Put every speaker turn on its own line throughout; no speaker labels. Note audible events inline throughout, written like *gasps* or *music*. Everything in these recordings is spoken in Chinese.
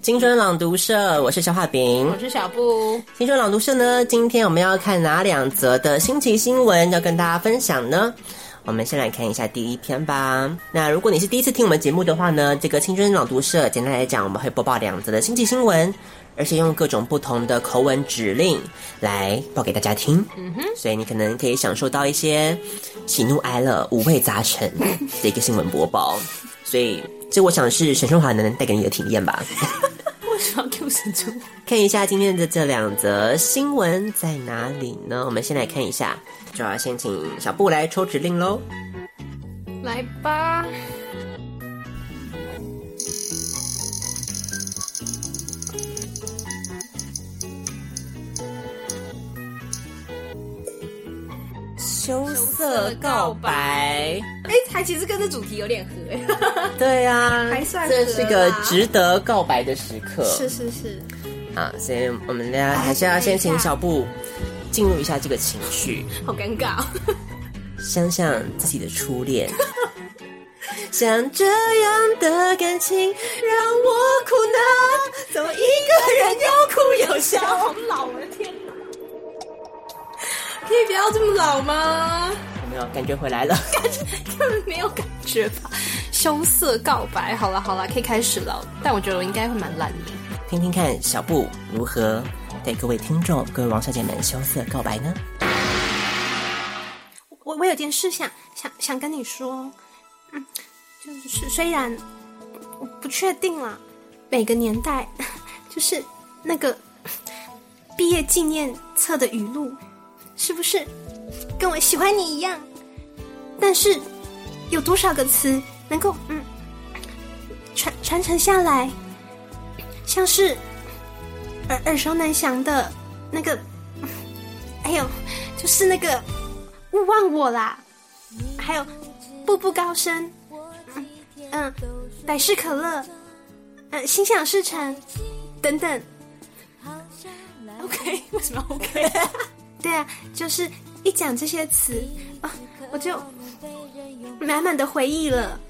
青春朗读社，我是小画饼，
我是小布。
青春朗读社呢，今天我们要看哪两则的新奇新闻要跟大家分享呢？我们先来看一下第一篇吧。那如果你是第一次听我们节目的话呢，这个青春朗读社，简单来讲，我们会播报两则的新奇新闻，而且用各种不同的口吻指令来报给大家听。嗯哼，所以你可能可以享受到一些喜怒哀乐、五味杂陈的一个新闻播报。所以，这我想是沈春华能带给你的体验吧。
为什么要 Q 神猪？
看一下今天的这两则新闻在哪里呢？我们先来看一下，就要先请小布来抽指令喽。
来吧，
羞涩告白，
哎、还其实跟这主题有点合哎。
对啊，
还算
这
合
是个
啦
值得告白的时刻。
是是，
啊，所以我们呢还是要先请小布进入一下这个情绪，
好尴尬、哦。
想想自己的初 *laughs* 恋。像这样的感情让我苦恼，怎么一个人又哭又笑？
好老，我的天哪！可以不要这么老吗？
有没有感觉回来了？
根本没有感觉吧？羞涩告白，好了好了，可以开始了。但我觉得我应该会蛮烂的。
听听看小布如何对各位听众、各位王小姐们羞涩告白呢？
我我有件事想想想跟你说，嗯，就是虽然我不确定啦，每个年代 *laughs* 就是那个毕业纪念册的语录，是不是跟我喜欢你一样？但是有多少个词能够嗯传传承下来？像是耳耳熟能详的那个，还有就是那个。勿忘我啦，还有步步高升，嗯、嗯百事可乐，嗯、心想事成，等等。OK，为什么 *laughs* OK？对啊，就是一讲这些词啊，我就满满的回忆了。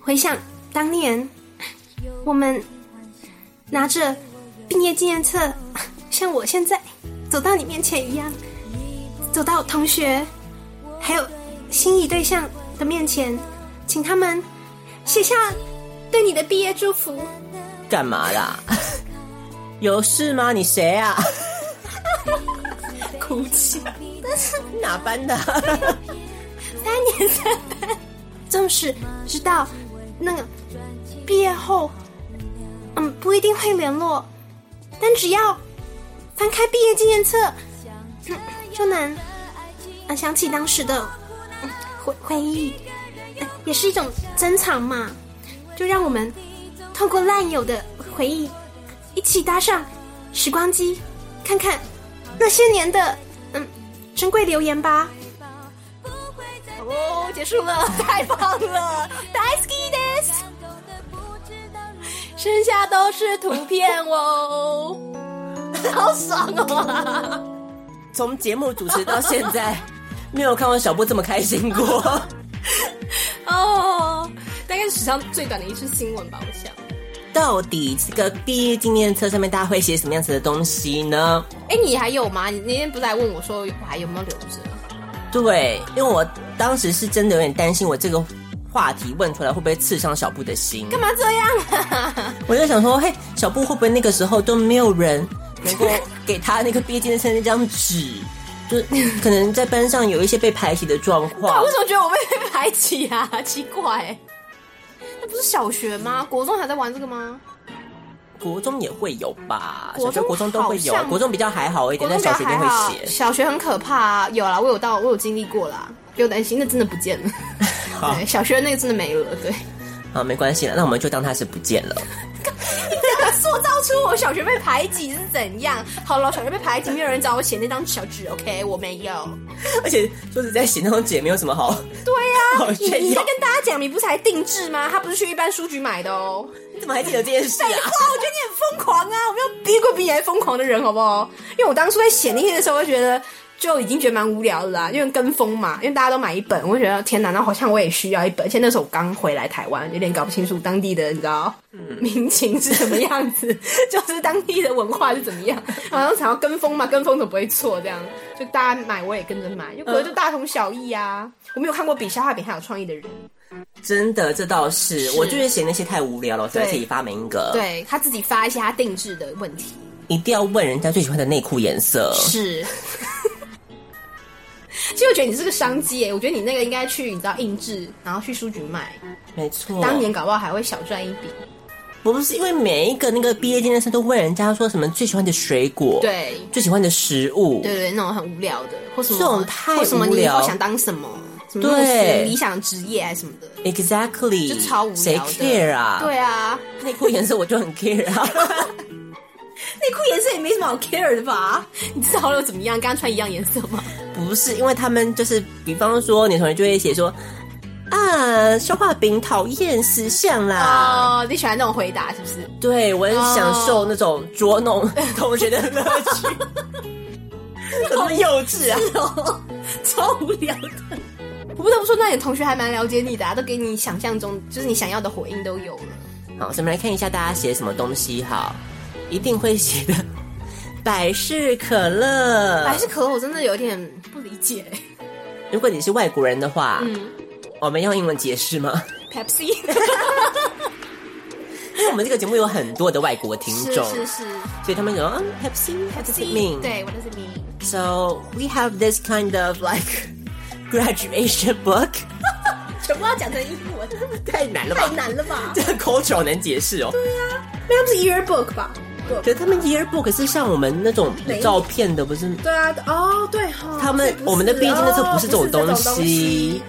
回想当年，我们拿着毕业纪念册，像我现在走到你面前一样，走到同学还有心仪对象的面前，请他们写下对你的毕业祝福。
干
*laughs*
嘛啦？有事吗？你谁啊？
哭泣。
*laughs* 哪班的？
三年三班，纵使知道那个毕业后，嗯，不一定会联络，但只要翻开毕业纪念册，嗯就能嗯想起当时的、嗯回回忆、嗯也是一种珍藏嘛。就让我们透过烂友的回忆，一起搭上时光机，看看那些年的嗯珍贵留言 *gasps* 吧。哦，结束了，太棒了 d a i s k E i this，剩下都是图片哦， *laughs* 好爽哦！
从节目主持到现在，没有看过小布这么开心过。
*laughs* *laughs* 哦，大概是史上最短的一次新闻吧，我想。
到底这个毕业纪念册上面大家会写什么样子的东西呢？
哎，你还有吗？你那天不是来问我说我还有没有留着？
对，因为我当时是真的有点担心，我这个话题问出来会不会刺伤小布的心？
干嘛这样
我就想说，嘿，小布会不会那个时候都没有人能够给他那个毕业纪念册那张纸？就可能在班上有一些被排挤的状况
啊？为。什么觉得我被被排挤啊？ *laughs* 奇怪，那不是小学吗？国中还在玩这个吗？
国中也会有吧，
国
小
中
学、国中都会有
好，像
国中比较还好一点，但小学一定会写。
小学很可怕、啊，有啦，我有到，我有经历过啦，有担心，那真的不见
*laughs*
了。
好
对，小学那个真的没了，对。
啊，没关系了，那我们就当它是不见了。
*laughs* 塑造出我小学被排挤是怎样？好了，小学被排挤，没有人找我写那张小纸，OK，我没有。
*laughs* 而且说实在，写那种纸也没有什么好。 *laughs*
对呀、
好
你
炫
你在
耀
跟大家讲，你不是还定制吗？他不是去一般书局买的哦。
你怎么还记得这件事
废话
啊？，
哎我觉得你很疯狂啊！我没有逼过比你还疯狂的人，好不好？因为我当初在写那些的时候，我就觉得就已经觉得蛮无聊的啦，因为跟风嘛，因为大家都买一本，我就觉得天哪，那好像我也需要一本。而且那时候我刚回来台湾，有点搞不清楚当地的你知道、民情是什么样子， *laughs* 就是当地的文化是怎么样。好像想要跟风嘛，跟风总不会错，这样就大家买我也跟着买，就可能就大同小异啊。我没有看过比消化饼还有创意的人，
真的，这倒是，
是
我就是嫌那些太无聊了，我才
对
自己发明一个。，
对他自己发一些他定制的问题。
一定要问人家最喜欢的内裤颜色。
是。 *laughs* 其实我觉得你是个商机耶，我觉得你那个应该去，你知道印制，然后去书局卖，
没错，
当年搞不好还会小赚一笔。
哦不是因为每一个那个毕业纪念生都问人家说什么最喜欢的水果，，
对，
最喜欢的食物，
对对，那种很无聊的，或什么
这种太
或什么你以
无
后
聊
想当什么，什么
对
牧师理想职业还是什么的，
，exactly，
就超无
谁
聊的。
care 啊？，
对啊，
内裤颜色我就很 care 啊。 *laughs*
内裤颜色也没什么好 care 的吧？你至少又怎么样？跟他穿一样颜色吗？
不是，因为他们就是，比方说，你同学就会写说。啊，消化饼讨厌死相啦！
哦，你喜欢那种回答是不是？
对我很享受那种捉弄 *laughs* 同学的乐趣，
*laughs*
怎么那么幼稚啊？
哦，超无聊的。我不得不说，那你同学还蛮了解你的、啊，都给你想象中就是你想要的回应都有了。
好，所以我们来看一下大家写什么东西哈，一定会写的百事可乐。
百事可乐我真的有点不理解、
如果你是外国人的话，
嗯
我们用英文解释吗？ *laughs*
*laughs* Pepsi
因为我们这个节目有很多的外国听
是
众，
是是
所以他们有啊 Pepsi，Pepsi，
，Pepsi 对，What does it mean？
So we have this kind of like *laughs* graduation book 。 *laughs*
全部要讲成英文，
太难了
太
吧？
难了吧？
这个 culture 好难解释哦。
那不是 yearbook 吧？
可是他们 yearbook 是像我们那种
没有
照片的，不是？
对啊，哦对哈
他们我们的毕业纪念册不是这种东西。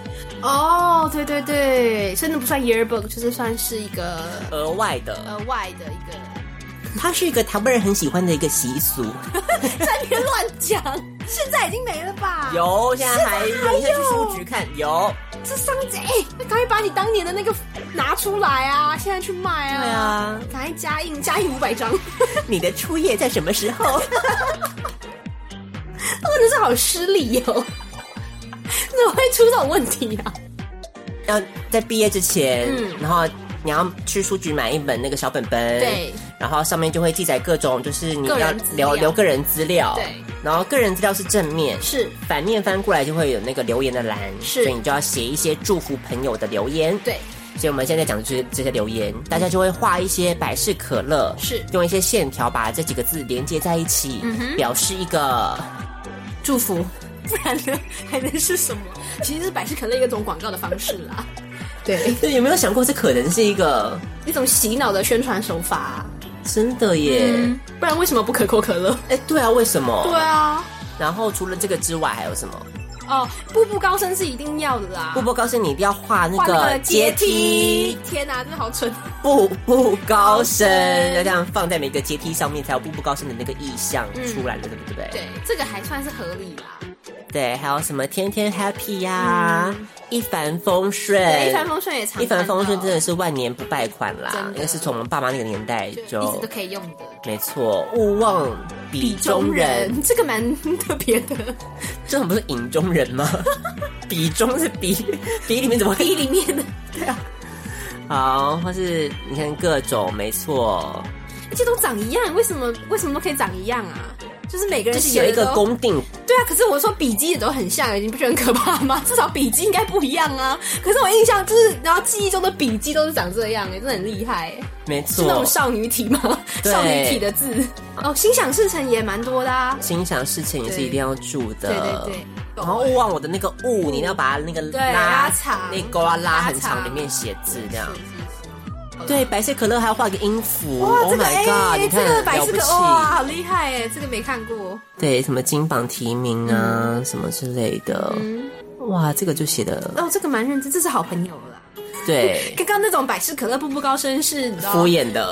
哦，对对对，所以那不算 yearbook，就是算是一个
额外的，
额外的一个 *laughs*
它是一个台湾人很喜欢的一个习俗。
在那边乱讲，现在已经没了吧？
*laughs* 有，现在还
现在还有
有，你现在去书局看有。
这商家，哎、赶快把你当年的那个拿出来啊，现在去卖啊！
对啊，
赶快加印，加印五百张，
你的初夜在什么时候？
他真的是好失礼哦。 *laughs* 怎么会出这种问题啊？
*laughs* 要在毕业之前，
嗯
然后你要去书局买一本那个小本本，
对，
然后上面就会记载各种，就是你
个
要
人资料
留留个人资料，
对
然后个人资料是正面，
是
反面翻过来就会有那个留言的栏，
是
所以你就要写一些祝福朋友的留言，。
对，
所以我们现在讲的就是这些留言，大家就会画一些百事可乐，
是嗯
用一些线条把这几个字连接在一起，表示一个
祝福，不然呢还能是什么？其实是百事可乐一种广告的方式啦， *laughs* 对，
对，有没有想过这可能是一个
一种洗脑的宣传手法、啊。
真的耶？
嗯，不然为什么不可口可乐？
哎、对啊，为什么？
对啊，
然后除了这个之外还有什么？
哦，步步高升是一定要的啦。
步步高升，你一定要画那
换那
个
个阶
阶梯
梯，，天哪、真的好蠢。
步步高升，要这样放在每个阶梯上面，才有步步高升的那个意象出来了，对不对？
嗯对，这个还算是合理啦。
对，还有什么天天 happy 呀、一帆风顺，
嗯对，一帆风顺也常
一帆风顺真
的
的是万年不败款
真
啦
的，
那是从我们爸妈那个年代
就一
就
直都可以用的。
没错，勿忘比中人，，
这个蛮 *laughs* 特别的。
这种不是影中人
*laughs*
吗？比中是比比里面怎么
第一里面的，
好，或是你看各种，没错，
而且都长一样，为什么为什么都可以长一样啊？就是每个
就
人
是
写
有
的
一个
都
公定
对啊，可是我说笔记也都很像，你不觉得很可怕吗？ *laughs* 至少笔记应该不一样啊。可是我印象就是，然后记忆中的笔记都是长这样、欸，真的很厉害、欸。
没
是那
错
种，少女体吗？
对
少女体的字哦，心想事成也蛮多的啊。
心想事情也是
对
一定要住
对
的。
对对。哦
然后勿忘我的那个勿，你一定要把那个
对
拉
拉长
那勾啊拉很
拉
长，
长
里面写字这样
是。是
对，白色可乐还要画个音符。
哇，
哦 Oh
这个
my
哎、
god！你
这个
看
百
了
事
不
可
起。
哇，好厉害哎，这个没看过。
对，什么金榜题名
嗯
啊，什么之类的。哇，这个就写的
哦，这个蛮认真，这是好朋友了啦。
对
刚刚那种百事可乐步步高升是，你知道
敷衍的。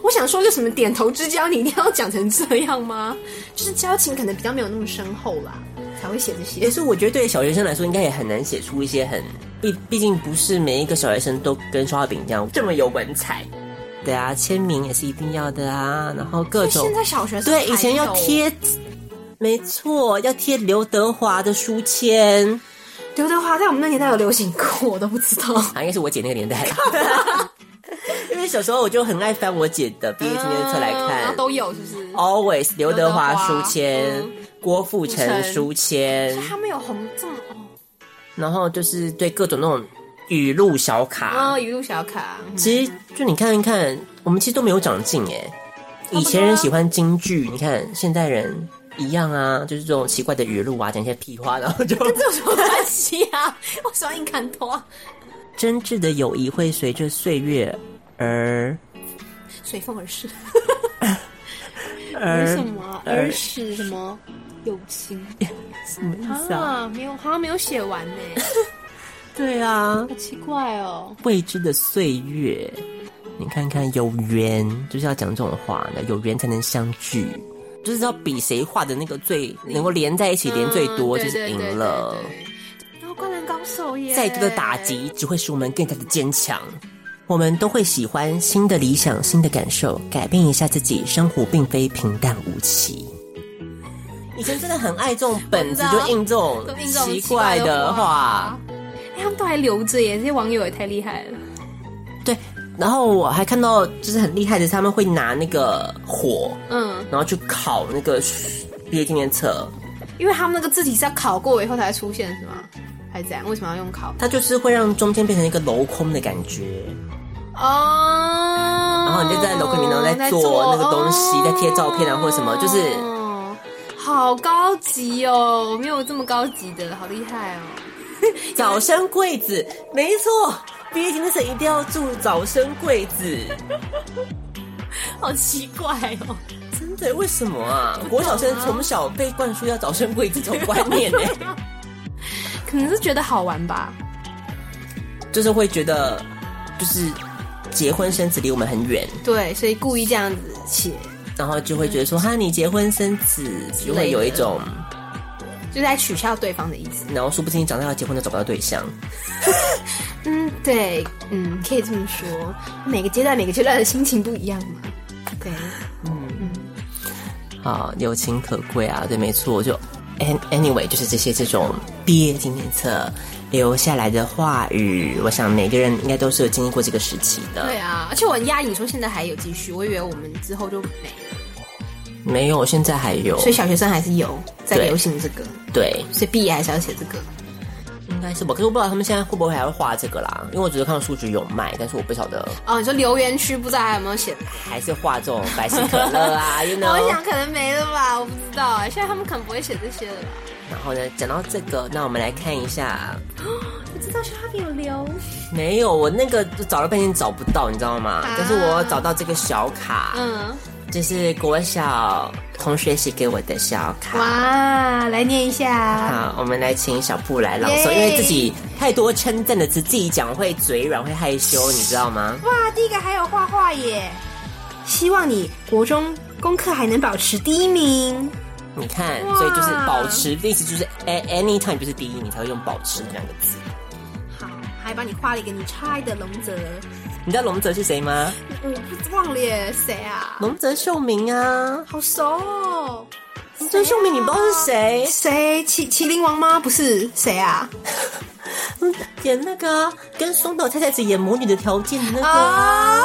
我我想说，就什么点头之交，你一定要讲成这样吗？ *laughs* 就是交情可能比较没有那么深厚啦，才会写这
也
些。
是我觉得对小学生来说，应该也很难写出一些很毕，毕竟不是每一个小学生都跟烧饼一样这么有文采。对啊，签名也是一定要的啊，然后各种
现在小学生
对以前
还
要
有
贴，没错，要贴刘德华的书签
刘德华，在我们那年代有流行过，我都不知道。
啊，应该是我姐那个年代。 *laughs* 因为小时候我就很爱翻我姐的毕业纪念册来
*laughs* 嗯然
看哦
后，都有是不是？
always 刘德华
刘德华
书签、
嗯
郭富城
城
书签
所以，他们有红这么哦，
然后就是对各种那种语录小卡。
啊，一路小卡，嗯
其实就你看一看，我们其实都没有长进哎。
多啊
以前人喜欢京剧，你看现代人一样啊，就是这种奇怪的语录啊，讲一些屁话，然后就
这有什么关系啊？我喜欢硬砍拖，
真挚的友谊会随着岁月而
随风而
*laughs*
逝。
而呃
什么儿时什么友情
什么意思啊？
啊？
没有，好像没有写完呢。
*laughs* 对啊，
好奇怪哦，
未知的岁月，你看看有缘，就是要讲这种话的，有缘才能相聚，就是要比谁画的那个最能够连在一起，连最多
嗯
就是赢了。。
对对对对对然后《灌篮高手》耶，
再多的打击只会使我们更加的坚强。我们都会喜欢新的理想、新的感受，改变一下自己。生活并非平淡无奇。以前真的很爱这种本子，就印这种
都印这种
奇怪的话。
哎，他们都还留着耶，这些网友也太厉害了。
对，然后我还看到就是很厉害的，他们会拿那个火，
嗯，
然后去烤那个毕业纪念册。
因为他们那个字体是要考过以后才会出现，是吗？还是怎样？为什么要用考？
它就是会让中间变成一个镂空的感觉，
哦，
然后你就在楼坑里，然后在做那个东西，在贴照片啊或者什么，就是
哦好高级哦，我没有这么高级的，好厉害哦！
早生贵子，没错，毕业纪念册一定要祝早生贵子。
好奇怪哦，
真的？为什么啊？国小生从小被灌输要早生贵子这种观念呢、
可能是觉得好玩吧。
就是会觉得，就是结婚生子离我们很远，
对，所以故意这样子写，
然后就会觉得说，哈，你结婚生子，就会有一种，
就是在取笑对方的意思。
然后说不定长大要结婚都找不到对象。
嗯，对，嗯，可以这么说。每个阶段，每个阶段的心情不一样嘛。对，
啊，友情可贵啊，对，没错，就 an anyway，就是这些这种毕业纪念册留下来的话语，我想每个人应该都是有经历过这个时期的。
对啊。而且我很压抑，你说现在还有继续，我以为我们之后就没了。
没有，现在还有
所，以小学生还是有在
对
流行这个，
对，
所以毕业还是要写这个。
应该是吧。可是我不知道他们现在会不会还会画这个啦，因为我只是看到书局有卖，但是我不晓得
哦，你说留言区不知道还有没有写？
还是画这种百事可
*laughs*
乐啊，you
我
know。
想可能没了吧，我不知道哎。现在他们可能不会写这些了吧？
然后呢，讲到这个，那我们来看
*gasps*
一下，
我知道是他们有留，
没有，我那个找了半天找不到，你知道吗？但是我找到这个小卡，
啊嗯，
就是国小同学写给我的小卡。
哇，啊来念一下，
好，我们来请小布来朗诵，
耶
因为自己太多称赞的词，自己讲会嘴软，会害羞，你知道吗？
哇，第一个还有画画耶，希望你国中功课还能保持第一名。
你看，
哇
所以就是保持的意思，就是 a- anytime 就是第一，你才会用保持这两个字。
好，还帮你画了一个你超爱的龙泽，
你知道龙泽是谁吗？
我不忘了耶，谁啊？
龙泽秀明啊，
好熟哦，
龙泽秀明你不知道是谁？
谁？麒麒麟王吗？不是，谁啊？
嗯演那个啊跟松岛菜菜子演魔女的条件的那个啊。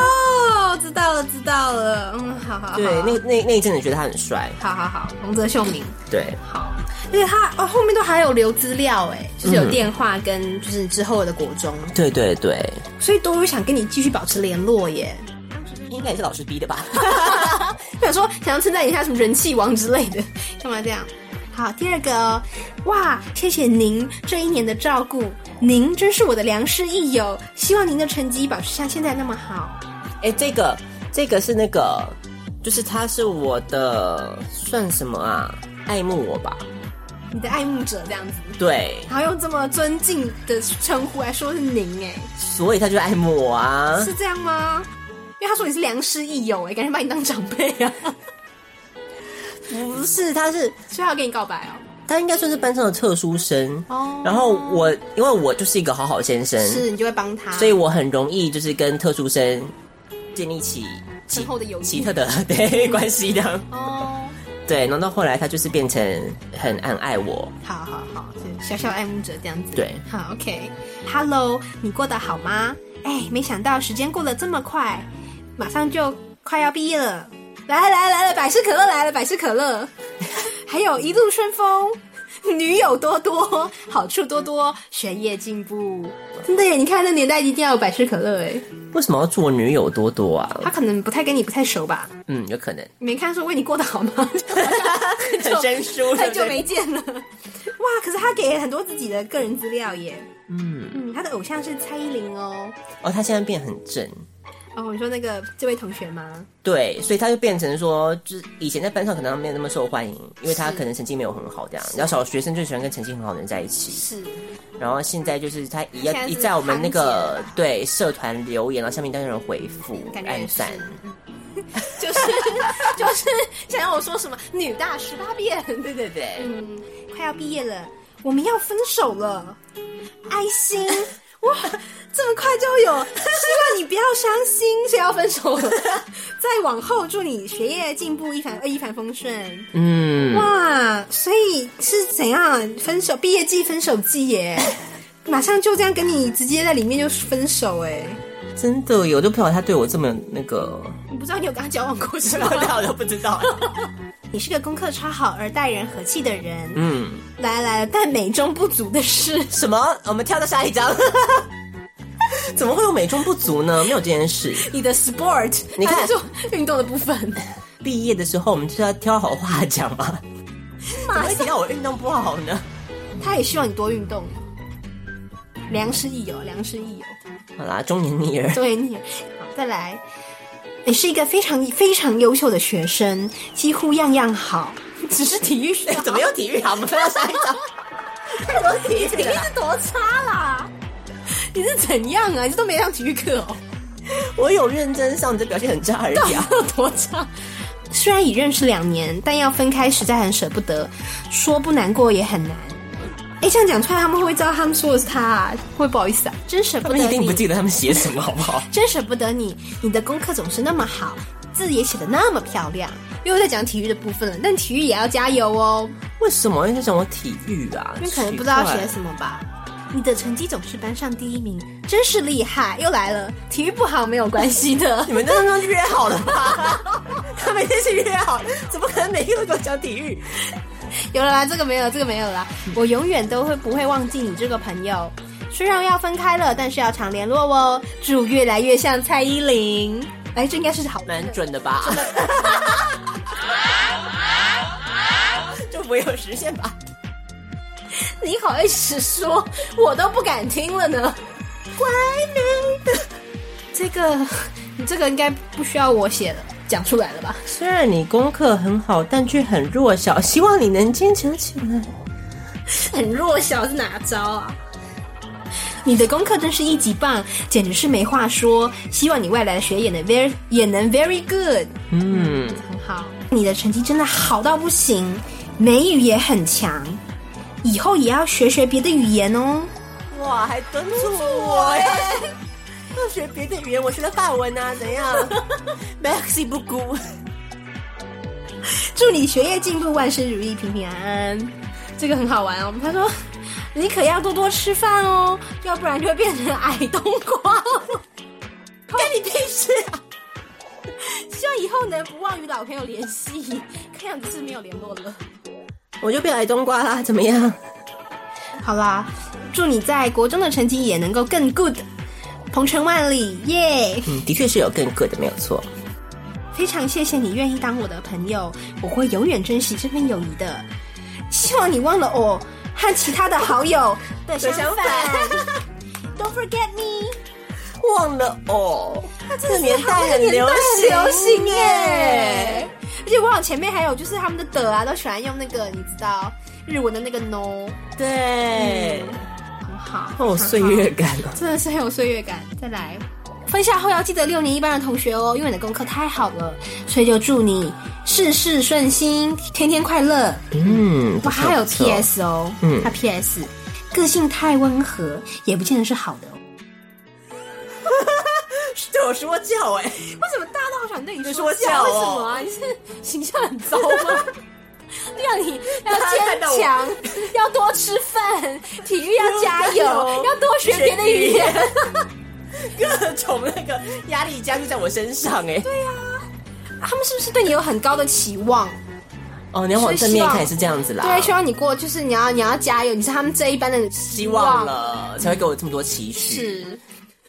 哦，知道了，知道了，嗯，好好好，
对，那个那那一阵子觉得他很帅，
好好好，龙泽秀明。
对，
好，而且他哦后面都还有留资料哎，就是有电话跟就是之后的国中，
对对对，
所以多多想跟你继续保持联络耶。
应该也是老师逼的吧？ *laughs*
想说想要称赞一下什么人气王之类的， *laughs* 干嘛这样？好，第二个哦，哇，谢谢您这一年的照顾，您真是我的良师益友，希望您的成绩保持像现在那么好。
哎、这个这个是那个，就是他是我的算什么啊？爱慕我吧？
你的爱慕者这样子，
对，
然后用这么尊敬的称呼来说是您哎，
所以他就爱慕我啊。
嗯是这样吗？因为他说你是良师益友，哎，感觉把你当长辈啊，
不是，他是
所以他要跟你告白哦。
他应该算是班上的特殊生。
哦
然后我因为我就是一个好好先生，
是你就会帮他，
所以我很容易就是跟特殊生建立起奇
深厚的友谊
奇特的 *laughs* 对关系这样。
哦，
对，然后到后来他就是变成很很爱我。
好好好，就是小小爱慕者这样子。
对，
好，OK，Hello，、你过得好吗？哎，没想到时间过得这么快，马上就快要毕业了。来来来了，百事可乐来了，百事可乐， *laughs* 还有一路顺风，女友多多，好处多多，学业进步。真的耶，你看那年代一定要有百事可乐哎，
为什么要做女友多多
他
啊？
可能不太跟你不太熟吧？
嗯，有可能
你没看说为你过得好
*laughs*
吗？
很生
*laughs*
疏，
太
对不
久
对
没见了。哇，可是他给很多自己的个人资料耶。嗯嗯，他的偶像是蔡依林哦。
哦，他现在变很正。
哦，你说那个这位同学吗？
对，所以他就变成说，就是以前在班上可能没有那么受欢迎，因为他可能成绩没有很好这样。然后小学生最喜欢跟成绩很好的人在一起。
是，
然后现在就是他一
现在
要
是
一在我们那
堂
个
姐了吧
对社团留言，然后下面一堆人回复
感觉
暗
也是
赞。。
*laughs* 就是就是想要我说什么女大十八变，对对对，嗯，快要毕业了，我们要分手了，爱心哇，这么快就有，希望你不要伤心，谁要分手了？再往后祝你学业进步一帆呃一帆风顺，
嗯，
哇，所以是怎样分手？毕业季、分手季耶，马上就这样跟你直接在里面就分手哎！
真的有，我都不知道他对我这么那
*laughs*
个，
你不知道你有跟他交往过是 *laughs*
我我都不知道。
你是个功课超好而待人和气的人，
嗯，
来来，但美中不足的是，
什么？我们跳到下一张。 *laughs* 怎么会有美中不足呢？没有这件事。
*laughs* 你的 sport，
你看
它就运动的部分，
毕业的时候，我们就是要挑好话讲嘛。怎么
马
会提
上
到我运动不好呢？
他也希望你多运动。良师益友，良师益友，
好啦，中年逆儿。 *laughs*
作为你，好再来，你是一个非常非常优秀的学生，几乎样样好，只是体育学
哎怎么又体育好？我们跳到下一张。
*laughs*
*laughs*
体育体育是多差啦！ *laughs* 你是怎样啊？你都没上体育课哦。
我有认真上，你这表现很差而已啊。
有 *laughs* 多长？虽然已认识两年，但要分开实在很舍不得，说不难过也很难。哎，这样讲出来，他们会不会知道他们说的是他、啊？会不好意思啊，真舍不
他
得
们一定不
你，
记得他们写什么，好
*laughs*
不好？
真舍不得你。你的功课总是那么好，字也写的那么漂亮。因为我在讲体育的部分了，但体育也要加油哦，
为什么因为什么体育啊？
因为可能不知道要
奇怪
写什么吧。你的成绩总是班上第一名，真是厉害！又来了，体育不好没有关系的
你。们都刚约好了吧？ *laughs* 他们一定是约好，怎么可能每一个都跟我讲体育？
*laughs* 有了啦，这个没有，这个没有啦。我永远都会不会忘记你这个朋友。虽然要分开了，但是要常联络哦。祝越来越像蔡依林。哎，这应该是好
蛮准的
*laughs*
吧？ *laughs* 就没有实现吧？
你好意思说，我都不敢听了呢。乖妹的， *laughs* 这个你这个应该不需要我写了，讲出来了吧？
虽然你功课很好，但却很弱小，希望你能坚强起来。
很弱小是哪招啊？你的功课真是一级棒，简直是没话说。希望你未来的学也能 very 也能 very good。
嗯，
很好，你的成绩真的好到不行，美语也很强，以后也要学学别的语言哦。
哇，还敦促我耶！要学别的语言，我学的法文啊，怎 *laughs* 样？Maxi 不孤，
祝你学业进步，万事如意，平平安安。这个很好玩哦。他说，你可要多多吃饭哦，要不然就会变成矮冬瓜哦。关你屁事啊！希望以后能不忘与老朋友联系，看样子是没有联络了。
我就变矮冬瓜啦，怎么样？
好啦，祝你在国中的成绩也能够更 good，鹏程万里，耶、
嗯，的确是有更个的，没有错。
非常谢谢你愿意当我的朋友，我会永远珍惜这份友谊的。希望你忘了我和其他的好友的想
想
法。Don't *laughs* forget me，
忘了哦，这个
这
年代很
年
流行
代流行耶！而且我往前面还有就是他们的的啊，都喜欢用那个你知道日文的那个 no，
对，
很好，
好有
很好
岁月感哦。
真的是很有岁月感。再来，分校后要记得六年一班的同学哦，因为你的功课太好了，所以就祝你事事顺心，天天快乐。
嗯，不
哇，
错
还有
不错 *laughs*
PS 哦，
嗯
他 PS，个性太温和也不见得是好的哦。
对我说教哎、
为什么大家都好想对你
你说教哦
为什么
*laughs*
啊？你是形象很糟吗？ *laughs* 要你要坚
大家
强， *laughs* 要多吃饭，体育啊要 *laughs* 加油，
要加油
要多学别的语言。
*laughs* 各种那个压力加注在我身上哎、
他们是不是对你有很高的期望？
哦，你要往正面看也是这样子啦，
对，希望你过，就是你要你要加油，你是他们这一班的
希
希
望了才会给我这么多期许。
是，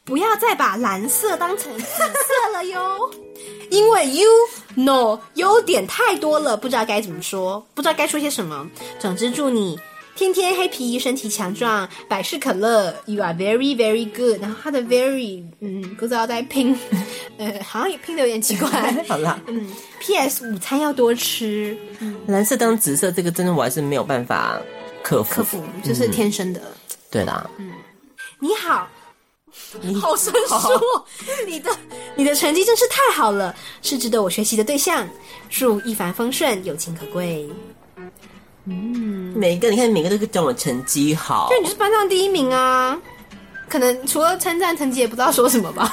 不要再把蓝色当成紫色了哟， *laughs* 因为 you know 优点太多了，不知道该怎么说，不知道该说些什么。总之，祝你天天 happy，身体强壮，百事可乐。You are very very good。然后他的 very，嗯，不知道在拼，呃，好像也拼的有点奇怪。
哎
*laughs*
好啦，
嗯，P.S. 午餐要多吃，
蓝色当紫色，这个真的我还是没有办法克服。嗯
克服就是天生的。 *laughs*
对啦，
你好，哎好生疏哦，你的你的成绩真是太好了，是值得我学习的对象。祝一帆风顺，友情可贵。
每个你看，每个都讲我成绩好
那，你就是班上第一名啊，可能除了称赞成绩，也不知道说什么吧。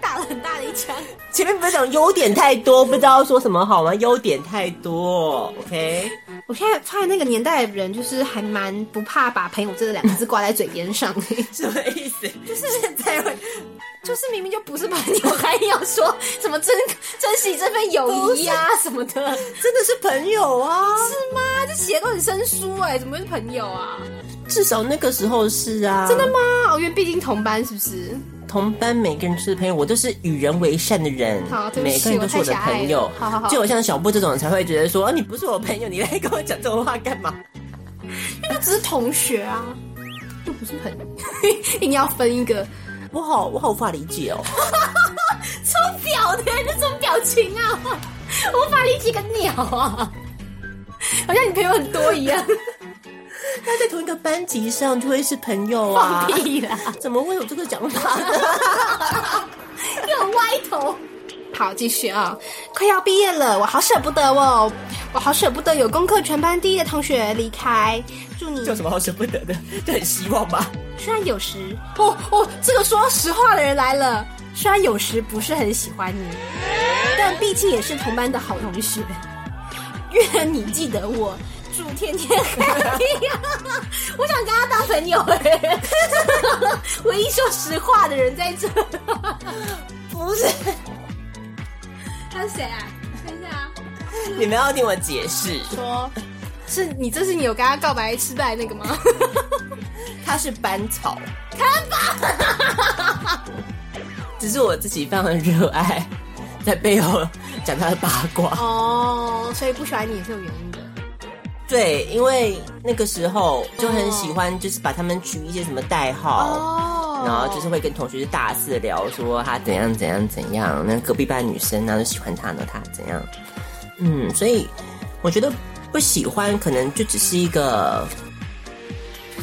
打了很 *laughs* 大的一枪，
前面不是讲优点太多，不知道说什么好吗？优点太多，OK。
我现在发现那个年代的人，就是还蛮不怕把“朋友”这两个字挂在嘴边 *laughs* 上，
什么意思？ *laughs*
就是现在会，就是明明就不是朋友，还要说什么珍珍惜这份友谊啊什么的。
真的是朋友啊！
是吗？这写的都很生疏哎、怎么会是朋友啊？
至少那个时候是啊，
真的吗？哦，因为毕竟同班是不是？
同班每个人就是朋友，我都是与人为善的人，
好对不起
每个人都是我的朋友
我太狭隘了。好好好
就好像小布这种才会觉得说，啊、你不是我朋友，你来跟我讲这种话干嘛？ *laughs*
那只是同学啊，又不是朋友， *laughs* 硬要分一个，
我好，我好无法理解哦。
超婊的，这种表情啊，无法理解个鸟啊，好像你朋友很多一 *laughs* 样，
那在同一个班级上就会是朋友啊
放？屁啦，
*laughs* 怎么会有这个讲
*laughs*
法呢？
给我歪头。好，继续啊！快要毕业了，我好舍不得哦，我好舍不得有功课全班第一的同学离开。祝你
有什么好舍不得的？就很希望吧。
虽然有时，哦哦，这个说实话的人来了，虽然有时不是很喜欢你，但毕竟也是同班的好同学。愿你记得我，祝天天 happy *laughs* 我想跟他当朋友哎、 *laughs* 唯一说实话的人在这。
不是，
他是谁啊？看一下啊，
你们要听我解释。
说是你，这是你有跟他告白失败那个吗？
他是班草，看吧， *laughs* 只是我自己非常的热爱，在背后讲他的八卦。
哦，所以不喜欢你也是有原因的。
对，因为那个时候就很喜欢，就是把他们取一些什么代号。
哦
然后就是会跟同学大肆聊说他怎样怎样怎样，那隔壁班女生啊就喜欢他呢，他怎样？嗯，所以我觉得不喜欢可能就只是一个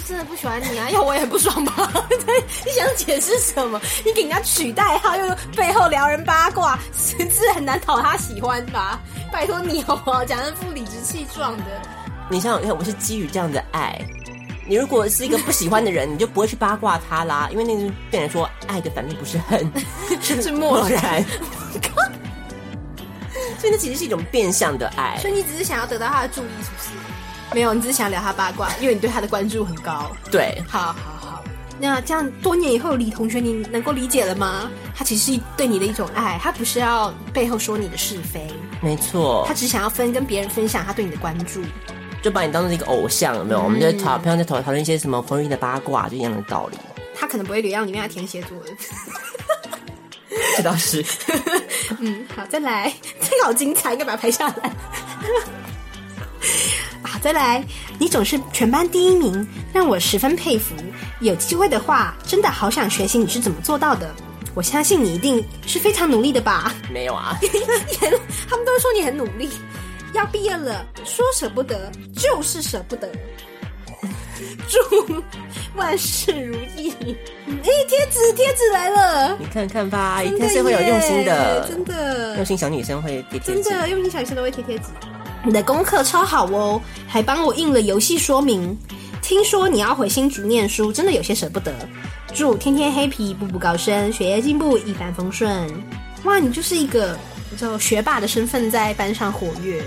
真的不喜欢你啊，要我也不爽 *laughs* 吧？对，你想解释什么？你给人家取代号，又背后聊人八卦，实质很难讨他喜欢吧？拜托你好不好？讲的不理直气壮的，
你想想看，我是基于这样的爱。你如果是一个不喜欢的人，你就不会去八卦他啦，因为那就变成说爱的反面不是恨，
是
*laughs* 是
漠
漠然。 *laughs* 所以那其实是一种变相的爱
所，以你只是想要得到他的注意，是不是？没有，你只是想聊他八卦，因为你对他的关注很高。
对，
好好好，那这样多年以后，李同学，你能够理解了吗？他其实是对你的一种爱，他不是要背后说你的是非，
没错
他，只想要分跟别人分享他对你的关注。
就把你当做一个偶像，有没有？我们就讨平常在讨讨论一些什么彭于晏的八卦，就一样的道理。
他可能不会原谅你，因为他天蝎座的。
*laughs* 这倒是，
嗯，好，再来， *laughs* 这个好精彩，应该把它拍下来。 *laughs* 好，再来，你总是全班第一名，让我十分佩服。有机会的话，真的好想学习你是怎么做到的。我相信你一定是非常努力的吧。 *laughs*
没有啊，
他们都说你很努力，要毕业了，说舍不得就是舍不得。祝万事如意。哎，贴纸，贴纸来了，
你看看吧，阿姨
真
她是会有
耶
用心的，
真
用
的，
心小女生会贴贴
真
纸。
的，啊用心小学都会贴贴纸。你的功课超好哦，还帮我印了游戏说明。听说你要回新竹念书，真的有些舍不得。祝天天黑皮步步高升，学业进步一帆风顺。哇，你就是一个你知道学霸的身份在班上活跃。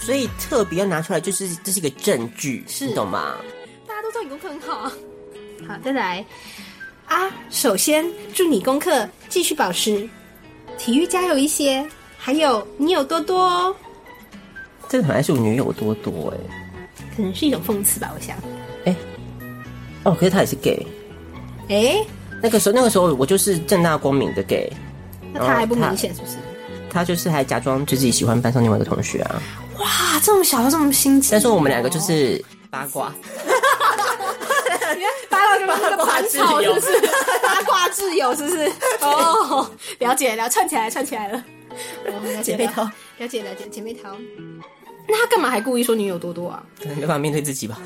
所以特别要拿出来，就是这是一个证据，
是
你懂吗？
大家都知道你功课很好。啊好，再来啊！首先祝你功课继续保持，体育加油一些，还有你有多多哦，
这本来是我女友多多哎、
可能是一种讽刺吧，我想。
哦，可是她也是 gay。
哎，
那个时候，那个时候我就是正大光明的 gay，
那他还不明显是不是？
哦他就是还假装就自己喜欢班上另外一个同学啊。
啊，这么小就这么心机，
但是我们两个就是八卦，
八卦跟八
卦
很
之友
吵是不是？ *laughs* 八卦挚友是不是？哦，了解了，串起来串起来 *laughs* 了。哦了解
姐妹淘，
了解了解姐妹淘。那他干嘛还故意说女友多多啊？
可能没办法面对自己吧。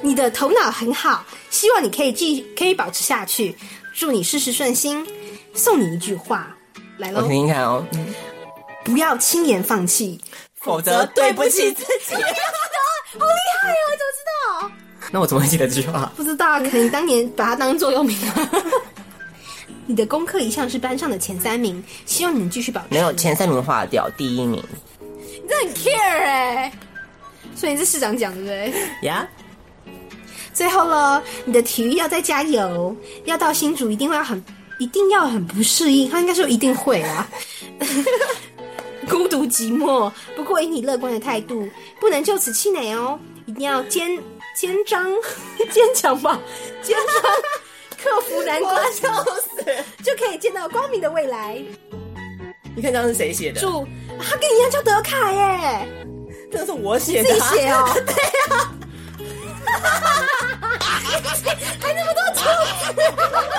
你的头脑很好，希望你可以继可以保持下去，祝你事事顺心。送你一句话，来
我
喽
听，听看哦，
不要轻言放弃。
否则对不起自己。 *laughs*
好厉害哦，你怎么知道？
那我怎么会记得这句话？
不知道，可能你当年把它当座右铭了。 *laughs* 你的功课一向是班上的前三名，希望你继续保持。
没有，前三名划掉，第一名
你真的很 care 哎、所以你是市长奖对不对？
呀。
最后喽，你的体育要再加油，要到新竹一定会要很，一定要很不适应。他应该说一定会啦， *laughs* 孤独寂寞。不过以你乐观的态度，不能就此气馁哦，一定要坚坚张 *laughs* 坚强吧，坚强克服难关，就可以见到光明的未来。
你看这样是谁写的？
祝啊他跟你一样叫德凯耶，
这是我写
自
的
己
啊。
写哦，对呀、还那么多错。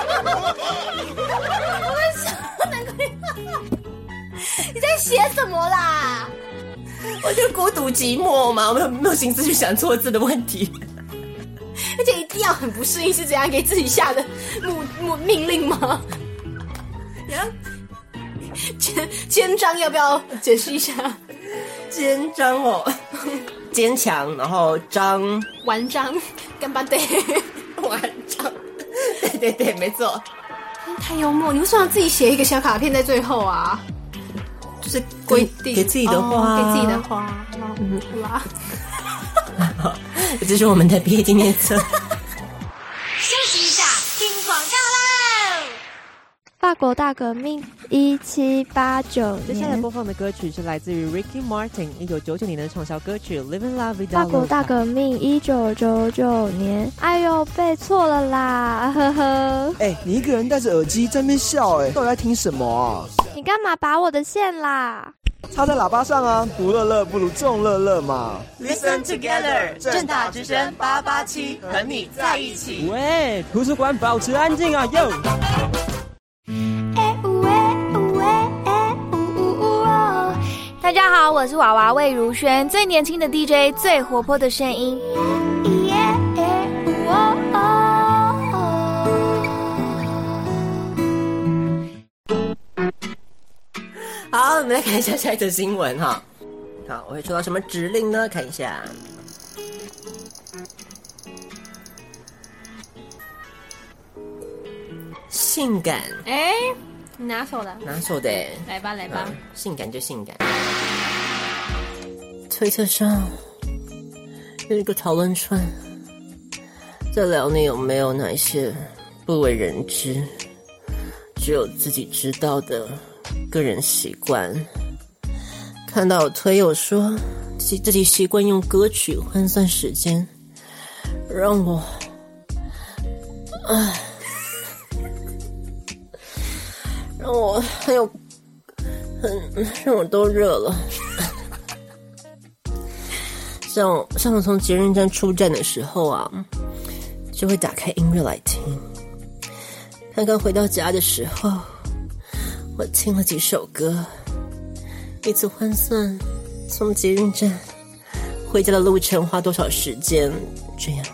哎
你在写什么啦？
我就孤独寂寞嘛，我没有没有心思去想错字的问题。
而且一定要很不适应，是怎样给自己下的目目命令
*laughs*
吗？肩肩章要不要解释一下？
*laughs* 坚张哦， *laughs* 坚强，然后张
完章干巴爹，
*laughs* 完张，对对对，没错，
太幽默！你为什么要自己写一个小卡片在最后啊？
就是
规定
给自己的话，
哦给自己的话，嗯，好啦。
这就是我们的毕业纪念册。
休息一下，听广告喽。
法国大革命一七八九
接下来
年，
播放的歌曲是来自于 Ricky Martin 一九九九年的畅销歌曲《Living La Vida Loca》。
法国大革命一九九九年。哎呦，背错了啦，呵呵。
哎、你一个人戴着耳机在那边笑、哎，到底在听什么啊？
你干嘛拔我的线啦？
插在喇叭上啊！独乐乐不如众乐乐嘛。
Listen together，
正大
之声八八七，和你在一起。
喂，图书馆保持安静啊哟！
大家好，我是娃娃魏如萱，最年轻的 DJ，最活泼的声音。
哦
*laughs* 好，我们来看一下下一则新闻哈。好，我会收到什么指令呢？看一下。性感
哎，你拿手了，
拿手的欸，
来吧来吧
嗯，性感就性感。推特上有一个讨论串，在聊你有没有哪些不为人知、只有自己知道的个人习惯。看到有推友说自己自己习惯用歌曲换算时间，让我，唉，让我很有让我都热了。像我像我从捷运站出站的时候啊，就会打开音乐来听。刚刚回到家的时候，我听了几首歌，一次换算从捷运站回家的路程花多少时间，这样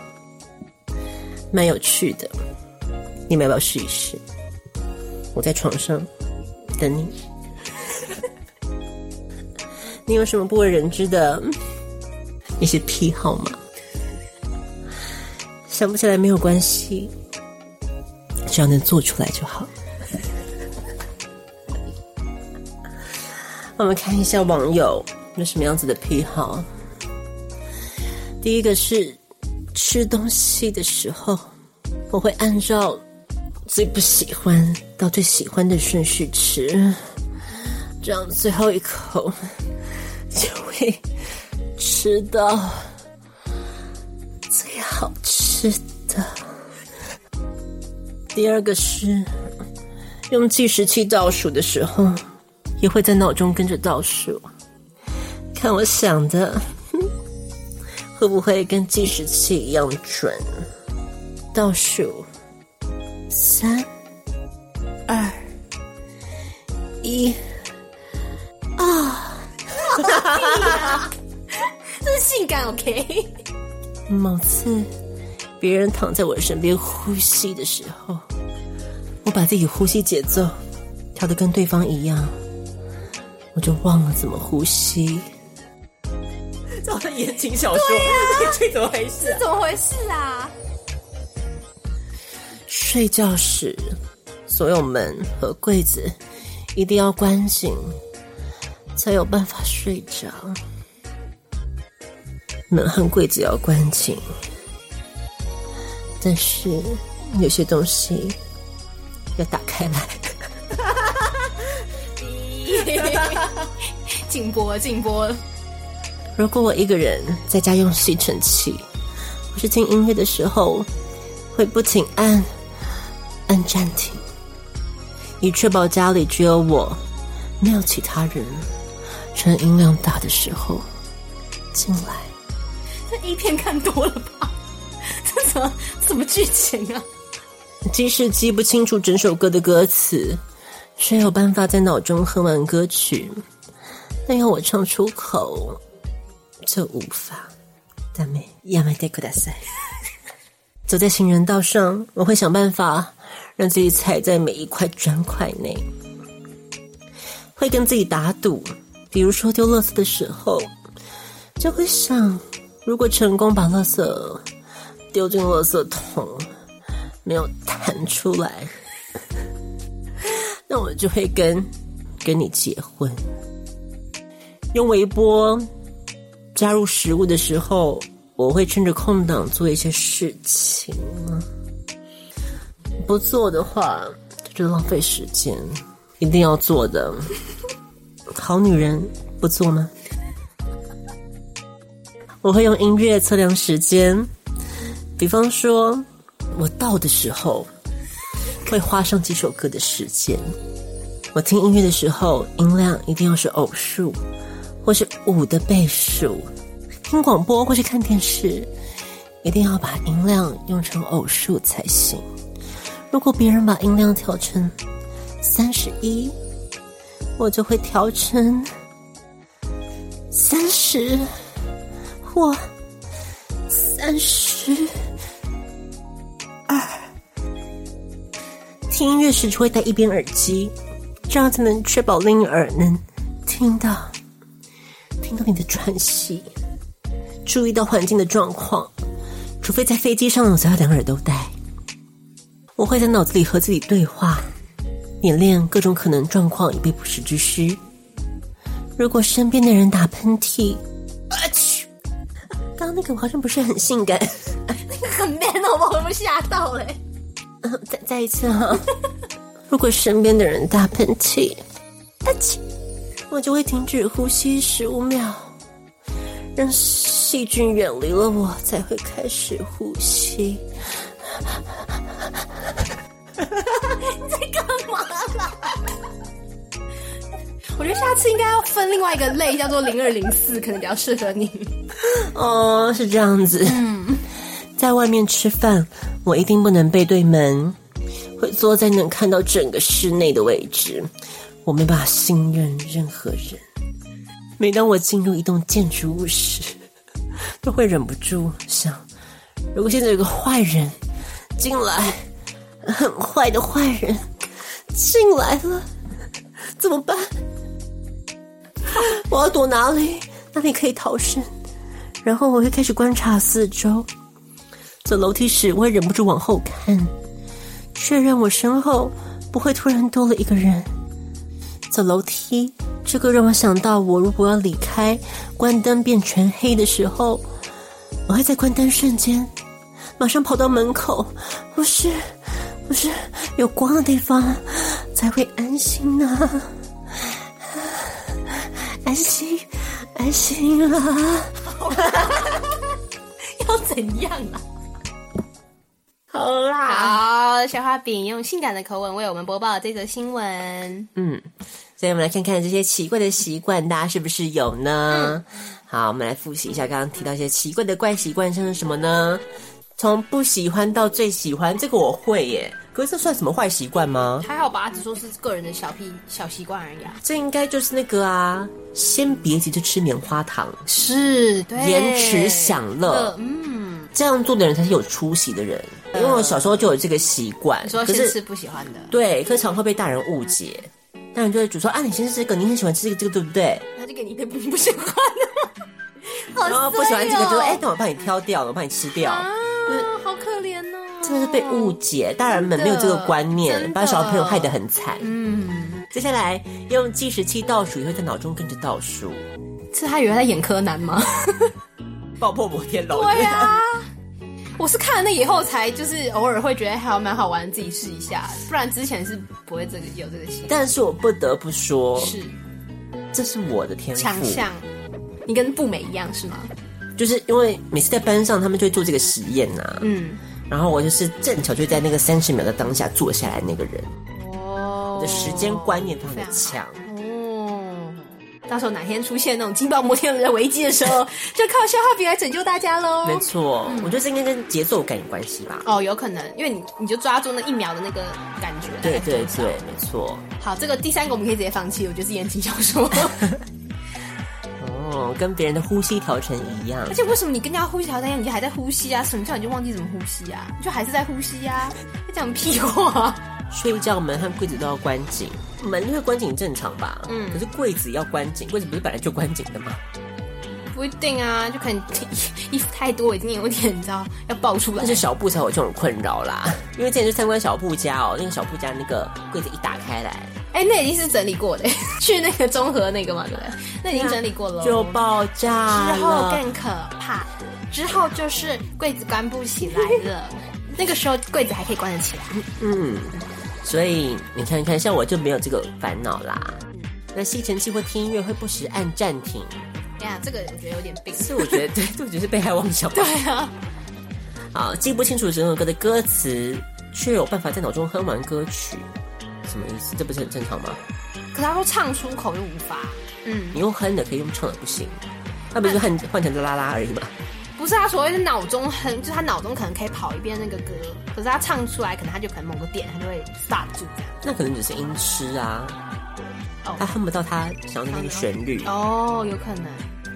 蛮有趣的。你们要不要试一试？我在床上等你。 *laughs* 你有什么不为人知的嗯一些癖好吗？想不起来没有关系，只要能做出来就好。 *laughs* 我们看一下网友有什么样子的癖好。第一个是吃东西的时候，我会按照最不喜欢到最喜欢的顺序吃，这样最后一口 *laughs* 就会吃到最好吃的。第二个是用计时器倒数的时候，也会在脑中跟着倒数，看我想的会不会跟计时器一样准？倒数三、二、一，
真性感 OK。
某次别人躺在我身边呼吸的时候，我把自己呼吸节奏调的跟对方一样，我就忘了怎么呼吸。这好像言情小说，这怎么回事？
怎么回事啊？
睡觉时，所有门和柜子一定要关紧，才有办法睡着。门和柜子要关紧，但是有些东西要打开来。
禁播禁播，
如果我一个人在家用吸尘器，或是听音乐的时候，会不停按按暂停，以确保家里只有我，没有其他人。趁音量大的时候进来，
这一片看多了吧？ *laughs* 这怎么这什么剧情啊？
即使记不清楚整首歌的歌词，却有办法在脑中哼完歌曲。但要我唱出口，这无法。ダメ、やめてください。 *laughs* 走在行人道上，我会想办法让自己踩在每一块砖块内，会跟自己打赌。比如说丢垃圾的时候，就会想，如果成功把垃圾丢进垃圾桶，没有弹出来， *laughs* 那我就会跟跟你结婚。用微波加入食物的时候，我会趁着空档做一些事情。不做的话，就是浪费时间。一定要做的， *laughs* 好女人不做吗？我会用音乐测量时间，比方说，我到的时候会花上几首歌的时间。我听音乐的时候，音量一定要是偶数，或是五的倍数。听广播或是看电视，一定要把音量用成偶数才行。如果别人把音量调成三十一，我就会调成三十或三十二。听音乐时就会戴一边耳机，这样才能确保另一耳能听到听到你的喘息，注意到环境的状况。除非在飞机上，我才要两耳都戴。我会在脑子里和自己对话，演练各种可能状况，以备不时之需。如果身边的人打喷嚏，啊去！刚刚那个我好像不是很性感， *laughs*
很 man 哦，我被吓到嘞、
呃再再一次哈、如果身边的人打喷嚏，啊嚏，我就会停止呼吸十五秒，让细菌远离了我，才会开始呼吸。
我觉得下次应该要分另外一个类，叫做零二零四，可能比较适合你。
哦，是这样子。嗯，在外面吃饭，我一定不能背对门，会坐在能看到整个室内的位置。我没办法信任任何人。每当我进入一栋建筑物时，都会忍不住想，如果现在有个坏人进来，很坏的坏人进来了，怎么办？我要躲哪里？哪里可以逃生？然后我会开始观察四周。走楼梯时，我会忍不住往后看，确认我身后不会突然多了一个人。走楼梯，这个让我想到，我如果要离开，关灯变全黑的时候，我会在关灯瞬间马上跑到门口，不是，不是有光的地方才会安心呢、安心，安心啊！
要怎样啊？好啦， *laughs* 好，小画饼用性感的口吻为我们播报这则新闻。
嗯，所以我们来看看这些奇怪的习惯，大家是不是有呢？好，我们来复习一下刚刚提到一些奇怪的怪习惯，像是什么呢？从不喜欢到最喜欢，这个我会耶。可是这算什么坏习惯吗？
还好吧，只说是个人的小癖小习惯而已啊。
这应该就是那个啊，先别急着吃棉花糖，
是，对
延迟享乐，
哎嗯，
这样做的人才是有出息的人。因为我小时候就有这个习惯，
你说
可
先
是
吃不喜欢的，
对，可是常会被大人误解，大人就会主说啊，你先吃这个，你很喜欢吃这个，这个对不对？
他就给你一堆不不喜欢的， *laughs* 好
然后不喜欢这个就说，
衰哦
哎、那我帮你挑掉了，我帮你吃掉，
啊，好可怜哦，
真的是被误解，大人们没有这个观
真
念，
的
把小朋友害得很惨。
嗯，
接下来用计时器倒数，也会在脑中跟着倒数，
是他以为他演柯南吗？
爆破摩天楼。
对啊，我是看了那以后才就是偶尔会觉得还蛮好玩，自己试一下，不然之前是不会这个有这个习惯。
*laughs* 但是我不得不说，
是
这是我的天赋，
强项，你跟步美一样是吗？
就是因为每次在班上，他们就会做这个实验呐、
嗯，
然后我就是正巧就在那个三十秒的当下坐下来那个人，
哦
我的时间观念非常的强。
哦，到时候哪天出现那种金爆摩天轮的危机的时候，就靠消化饼来拯救大家喽。
没错，
嗯
我觉得这应该跟节奏感有关系吧。
哦，有可能，因为你你就抓住那一秒的那个感觉。
对对
大概
对
多少，
没错。
好，这个第三个我们可以直接放弃，我觉得是言情小说。
哦，跟别人的呼吸调成一样
而。且为什么你跟人家呼吸好像一样，你就还在呼吸啊？什么叫你就忘记怎么呼吸啊？你就还是在呼吸啊？在讲屁话！
睡觉门和柜子都要关紧，门会关紧正常吧？
嗯
可是柜子要关紧，柜子不是本来就关紧的吗？
不一定啊，就可能衣服太多，已经有点你知道要爆出来
但。是小布才有这种困扰啦，因为之前去参观小布家哦，那个小布家那个柜子一打开来，
哎、那已经是整理过的， *laughs* 去那个综合那个嘛，对不对？那已经整理过了。
就爆炸
哦之后
了。
更可怕，之后就是柜子关不起来了。 *laughs* 那个时候柜子还可以关得起来。
嗯，所以你看看，像我就没有这个烦恼啦。
嗯
那吸尘器或听音乐会不时按暂停，
哎呀，这个我觉得有点病。
这我觉得对，这我觉得是被害妄想吧。
对啊，
啊，记不清楚整首歌的歌词，却有办法在脑中哼完歌曲，什么意思？这不是很正常吗？
*laughs* 可他说唱出口又无法。嗯，
你用哼的可以，用唱的不行，那不是换换成啦啦而已嘛？
不是啊他所谓的脑中哼，就是他脑中可能可以跑一遍那个歌，可是他唱出来，可能他就可能某个点他就会 stop 住这样。
那可能只是音痴啊，他
哦
哼不到他想要的那个旋律。
哦，有可能。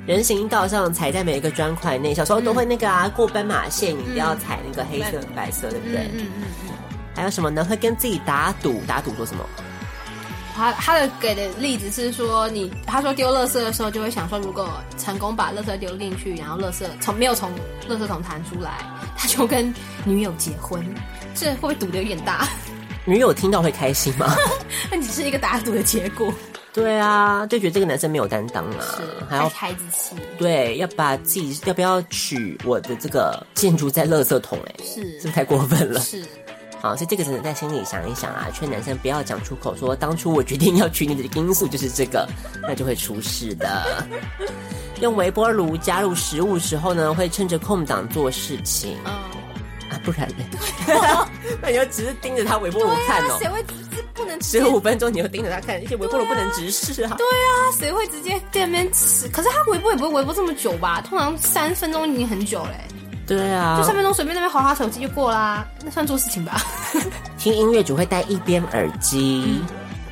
人行道上踩在每一个砖块内，小时候都会那个啊，过斑马线你不要踩那个黑色、白色，对不对？
嗯嗯嗯。
还有什么呢？会跟自己打赌，打赌说什么？
他他的给的例子是说你，他说丢垃圾的时候就会想说，如果成功把垃圾丢进去，然后垃圾从没有从垃圾桶弹出来，他就跟女友结婚。 *laughs* 这会不会赌的有点大？
女友听到会开心
*laughs*
吗？
那只是一个打赌的结果，
对啊，就觉得这个男生没有担当啊，还要
孩子气
对，要把自己要不要取我的这个建筑在垃圾桶、欸？哎，
是
是不是太过分了？
是
好，所以这个只能在心里想一想啊，劝男生不要讲出口说，当初我决定要娶你的因素就是这个，那就会出事的。用微波炉加入食物时候呢，会趁着空档做事情
嗯。
啊，不然
*laughs*
呢？那你就只是盯着他微波炉
对
看
啊，谁
哦。
会直接不能直接
十五分钟你就盯着他看，而且微波炉不能直视啊。
对啊，谁会直接在那边吃？可是他微波也不会微波这么久吧？通常三分钟已经很久嘞、欸
对啊，
就三分钟随便那边划划手机就过啦，那算做事 *laughs* 情吧？
听音乐只会戴一边耳机。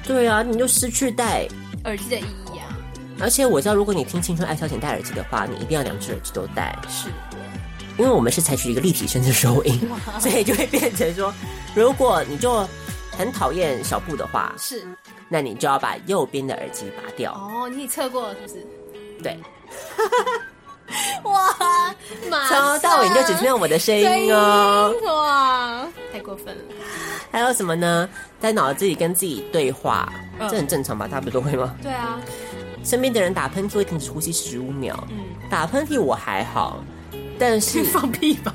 对啊，你就失去戴。
耳机的意义啊，
而且我知道，如果你听《青春爱消遣》戴耳机的话，你一定要两只耳机都戴，
是
因为我们是采取一个立体声的收音，
*laughs*
所以就会变成说，如果你就很讨厌小布的话，
是
那你就要把右边的耳机拔掉。
哦，你测过了是不是？
对，
哇，马
从头
上
到尾你就只听到我的声音哦。
啊声音哇，太过分了。
还有什么呢？在脑子里跟自己对话，
嗯
这很正常吧？大家不都会吗？
对啊，
身边的人打喷嚏会停止呼吸十五秒，
嗯，
打喷嚏我还好，但是
*laughs* 放屁吧。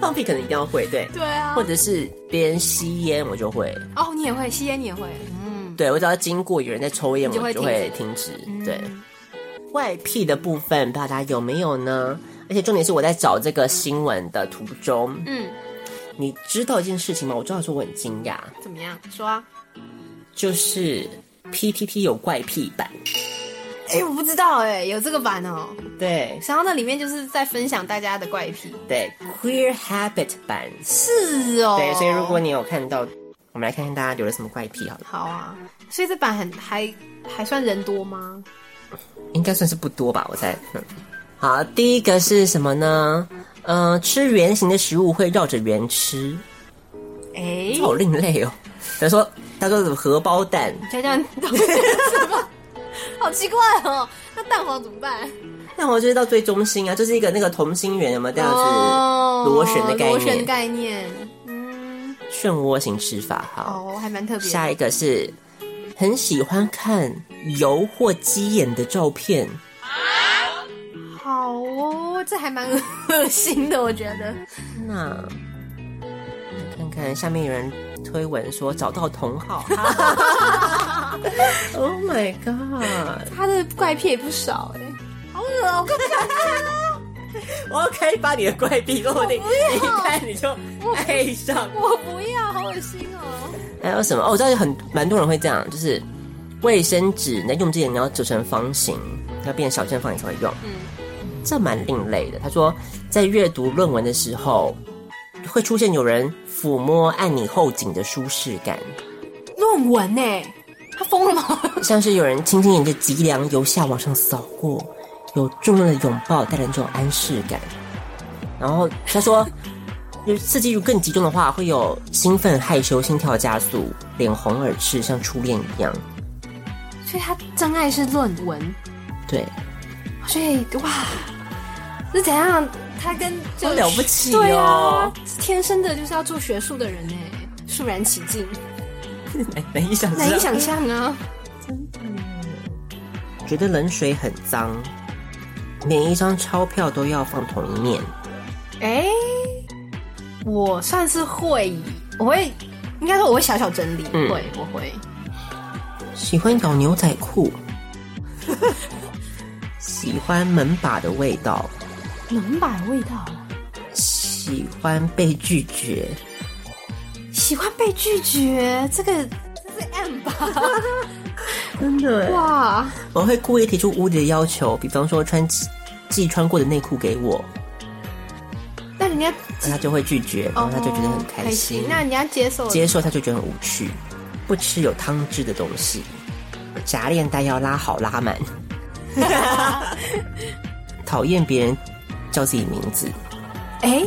放屁可能一定要会，对，
对啊
或，者是别人吸烟我就会，
哦，你也会吸烟，你也会，嗯，
对我只要经过有人在抽烟，
你就
我
会嗯
就会停止。对，外屁的部分不知道大家有没有呢？而且重点是我在找这个新闻的途中，
嗯，
你知道一件事情吗？我知道说我很惊讶，
怎么样？说啊。
就是 PTT 有怪癖版，
哎、我不知道哎、有这个版哦、
对
然后那里面就是在分享大家的怪癖。
对，Queer Habit 版，
是哦、
对，所以如果你有看到，我们来看看大家留了什么怪癖好了，
好啊，所以这版很还还算人多吗？
应该算是不多吧，我猜。嗯，好，第一个是什么呢？嗯、吃圆形的食物会绕着圆吃，
哎、
这好另类哦。比如说，他说什么荷包蛋，
这样东西是什么？ *laughs* 好奇怪哦、那蛋黄怎么办？
那我就是到最中心啊，就是一个那个同心圆，有没有这样子
哦
螺旋的概
螺旋
念？
概念，嗯，
漩涡型吃法。好，
哦，还蛮特别的。
下一个是很喜欢看油或鸡眼的照片，
好哦，这还蛮恶心的，我觉得。
那来看看下面有人推文说找到同 *laughs* 好，Oh my god！
他的怪癖也不少哎、好恶哦、我根本
我要开发你的怪癖，说不定一看你就爱上。
我不要，好恶心哦、
还有什么？哦，我知道有很蛮多人会这样，就是卫生纸你在用之前你要折成方形，要变小正方你才会用。这蛮另类的。他说，在阅读论文的时候，会出现有人抚摸按你后颈的舒适感。
论文呢、他疯了吗？
像是有人轻轻沿着脊梁由下往上扫过，有重量的拥抱带来这种安适感。然后他说，有刺激如更集中的话，会有兴奋、害羞、心跳加速、脸红耳赤，像初恋一样。
所以他真爱是论文，
对，
所以哇，是怎样？他跟就
好了不起哦
对啊，天生的就是要做学术的人呢、肃然起敬，
哎，难以想象，
难以想象啊！
觉得冷水很脏，连一张钞票都要放同一面。
哎、我算是会，我会，应该说我会小小整理，
嗯
会，我会。
喜欢搞牛仔
*laughs*
裤，喜欢门把的味道，
门把味道，啊
喜欢被拒绝，
喜欢被拒绝，这个这是 M 吧？
真的哇！
哇，
我会故意提出无理的要求，比方说穿寄寄穿过的内裤给我，
那人家
那他就会拒绝，然后哦他就觉得很开心。
哦那人家接受了
接受他就觉得很无趣，不吃有汤汁的东西，夹链带要拉好
*laughs*
拉满， *laughs* 讨厌别人叫自己名字，
哎、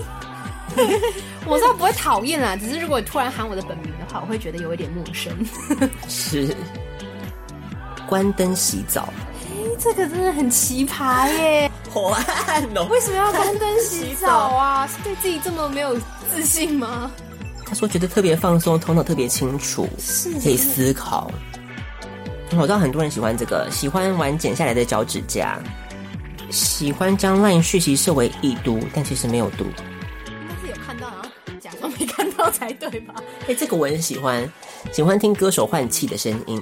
我倒不会讨厌啦，只是如果突然喊我的本名的话，我会觉得有一点陌生。
是关灯洗澡，
哎这个真的很奇葩耶！
*laughs* 好暗哦
*laughs* 为什么要关灯洗澡啊？ *laughs* 是对自己这么没有自信吗？
他说觉得特别放松，头脑特别清楚，
是
可以思考。我知道很多人喜欢这个，喜欢玩剪下来的脚趾甲，喜欢将 LINE 讯息设为已读，但其实没有读。
应该是有看到啊，假装没看到才对吧？
哎、这个我很喜欢，喜欢听歌手换气的声音。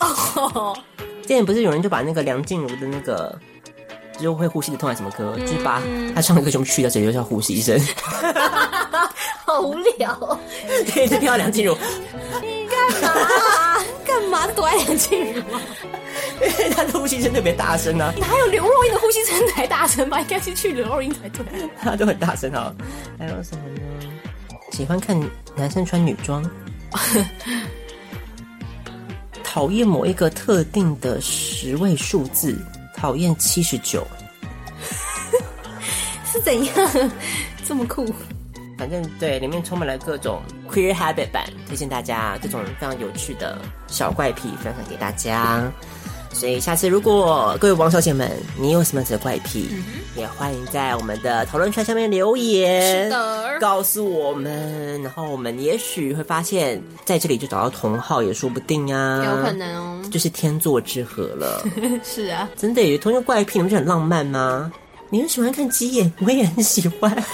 哦，
之前不是有人就把那个梁静茹的那个。就是会呼吸的痛还是什么歌？就是把
嗯
他唱的歌全部去掉，只留下呼吸声。
*laughs* 好无聊，哦
*laughs* 对，就听到梁静茹， *laughs*
干嘛躲在两静 *laughs* 茹啊？
他的呼吸声特别大声啊。
哪有刘若英的呼吸声才大声吧？应该是去刘若英才对。
他都很大声哈。还有什么呢？喜欢看男生穿女装，讨厌某一个特定的十位数字，讨厌七十九。
*laughs* 是怎样？这么酷？
反正对，里面充满了各种 queer habit 版，推荐大家这种非常有趣的小怪癖分享给大家。所以下次如果各位王小姐们，你有什么样子的怪癖，
嗯
也欢迎在我们的讨论圈下面留言，
是的
告诉我们，然后我们也许会发现在这里就找到同好也说不定啊，
有可能
*laughs*
哦。
就是天作之合了。
是啊，
真的有同一个怪癖，你们就很浪漫吗？你们喜欢看鸡眼，我也很喜欢。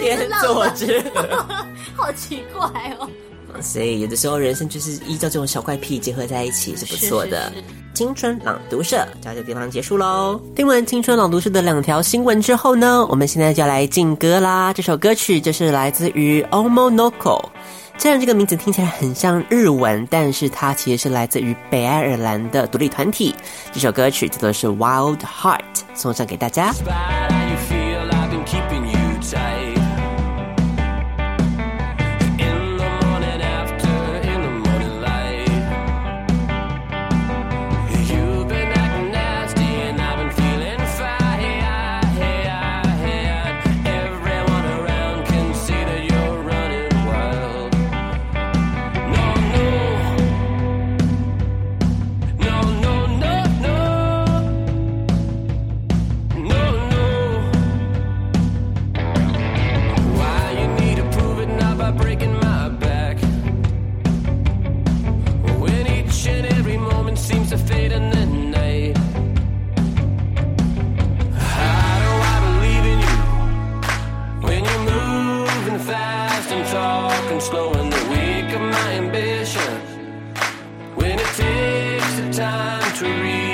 天 *laughs* 作之合，
好奇怪 *laughs* 哦。
所以有的时候人生就是依照这种小怪癖结合在一起是不错的。青春朗读社就到这个地方结束喽。听完青春朗读社的两条新闻之后呢，我们现在就要来进歌啦。这首歌曲就是来自于 Omonoko。虽然这个名字听起来很像日文，但是它其实是来自于北爱尔兰的独立团体。这首歌曲叫做是《Wild Heart》，送上给大家。
bad how you feel, I've been keeping you tight. In the morning after, in the morning light. You've been acting nasty, and I've been feeling fine. Everyone around can see that you're running wild. No, no. No, no, no, no. No, no. Why you need to prove it not by breaking my back? When each and every moment seems to fade in the night. How do I believe in you when you're moving fast and talking slow in the wake of my ambition? When it takes the time to read. Oh,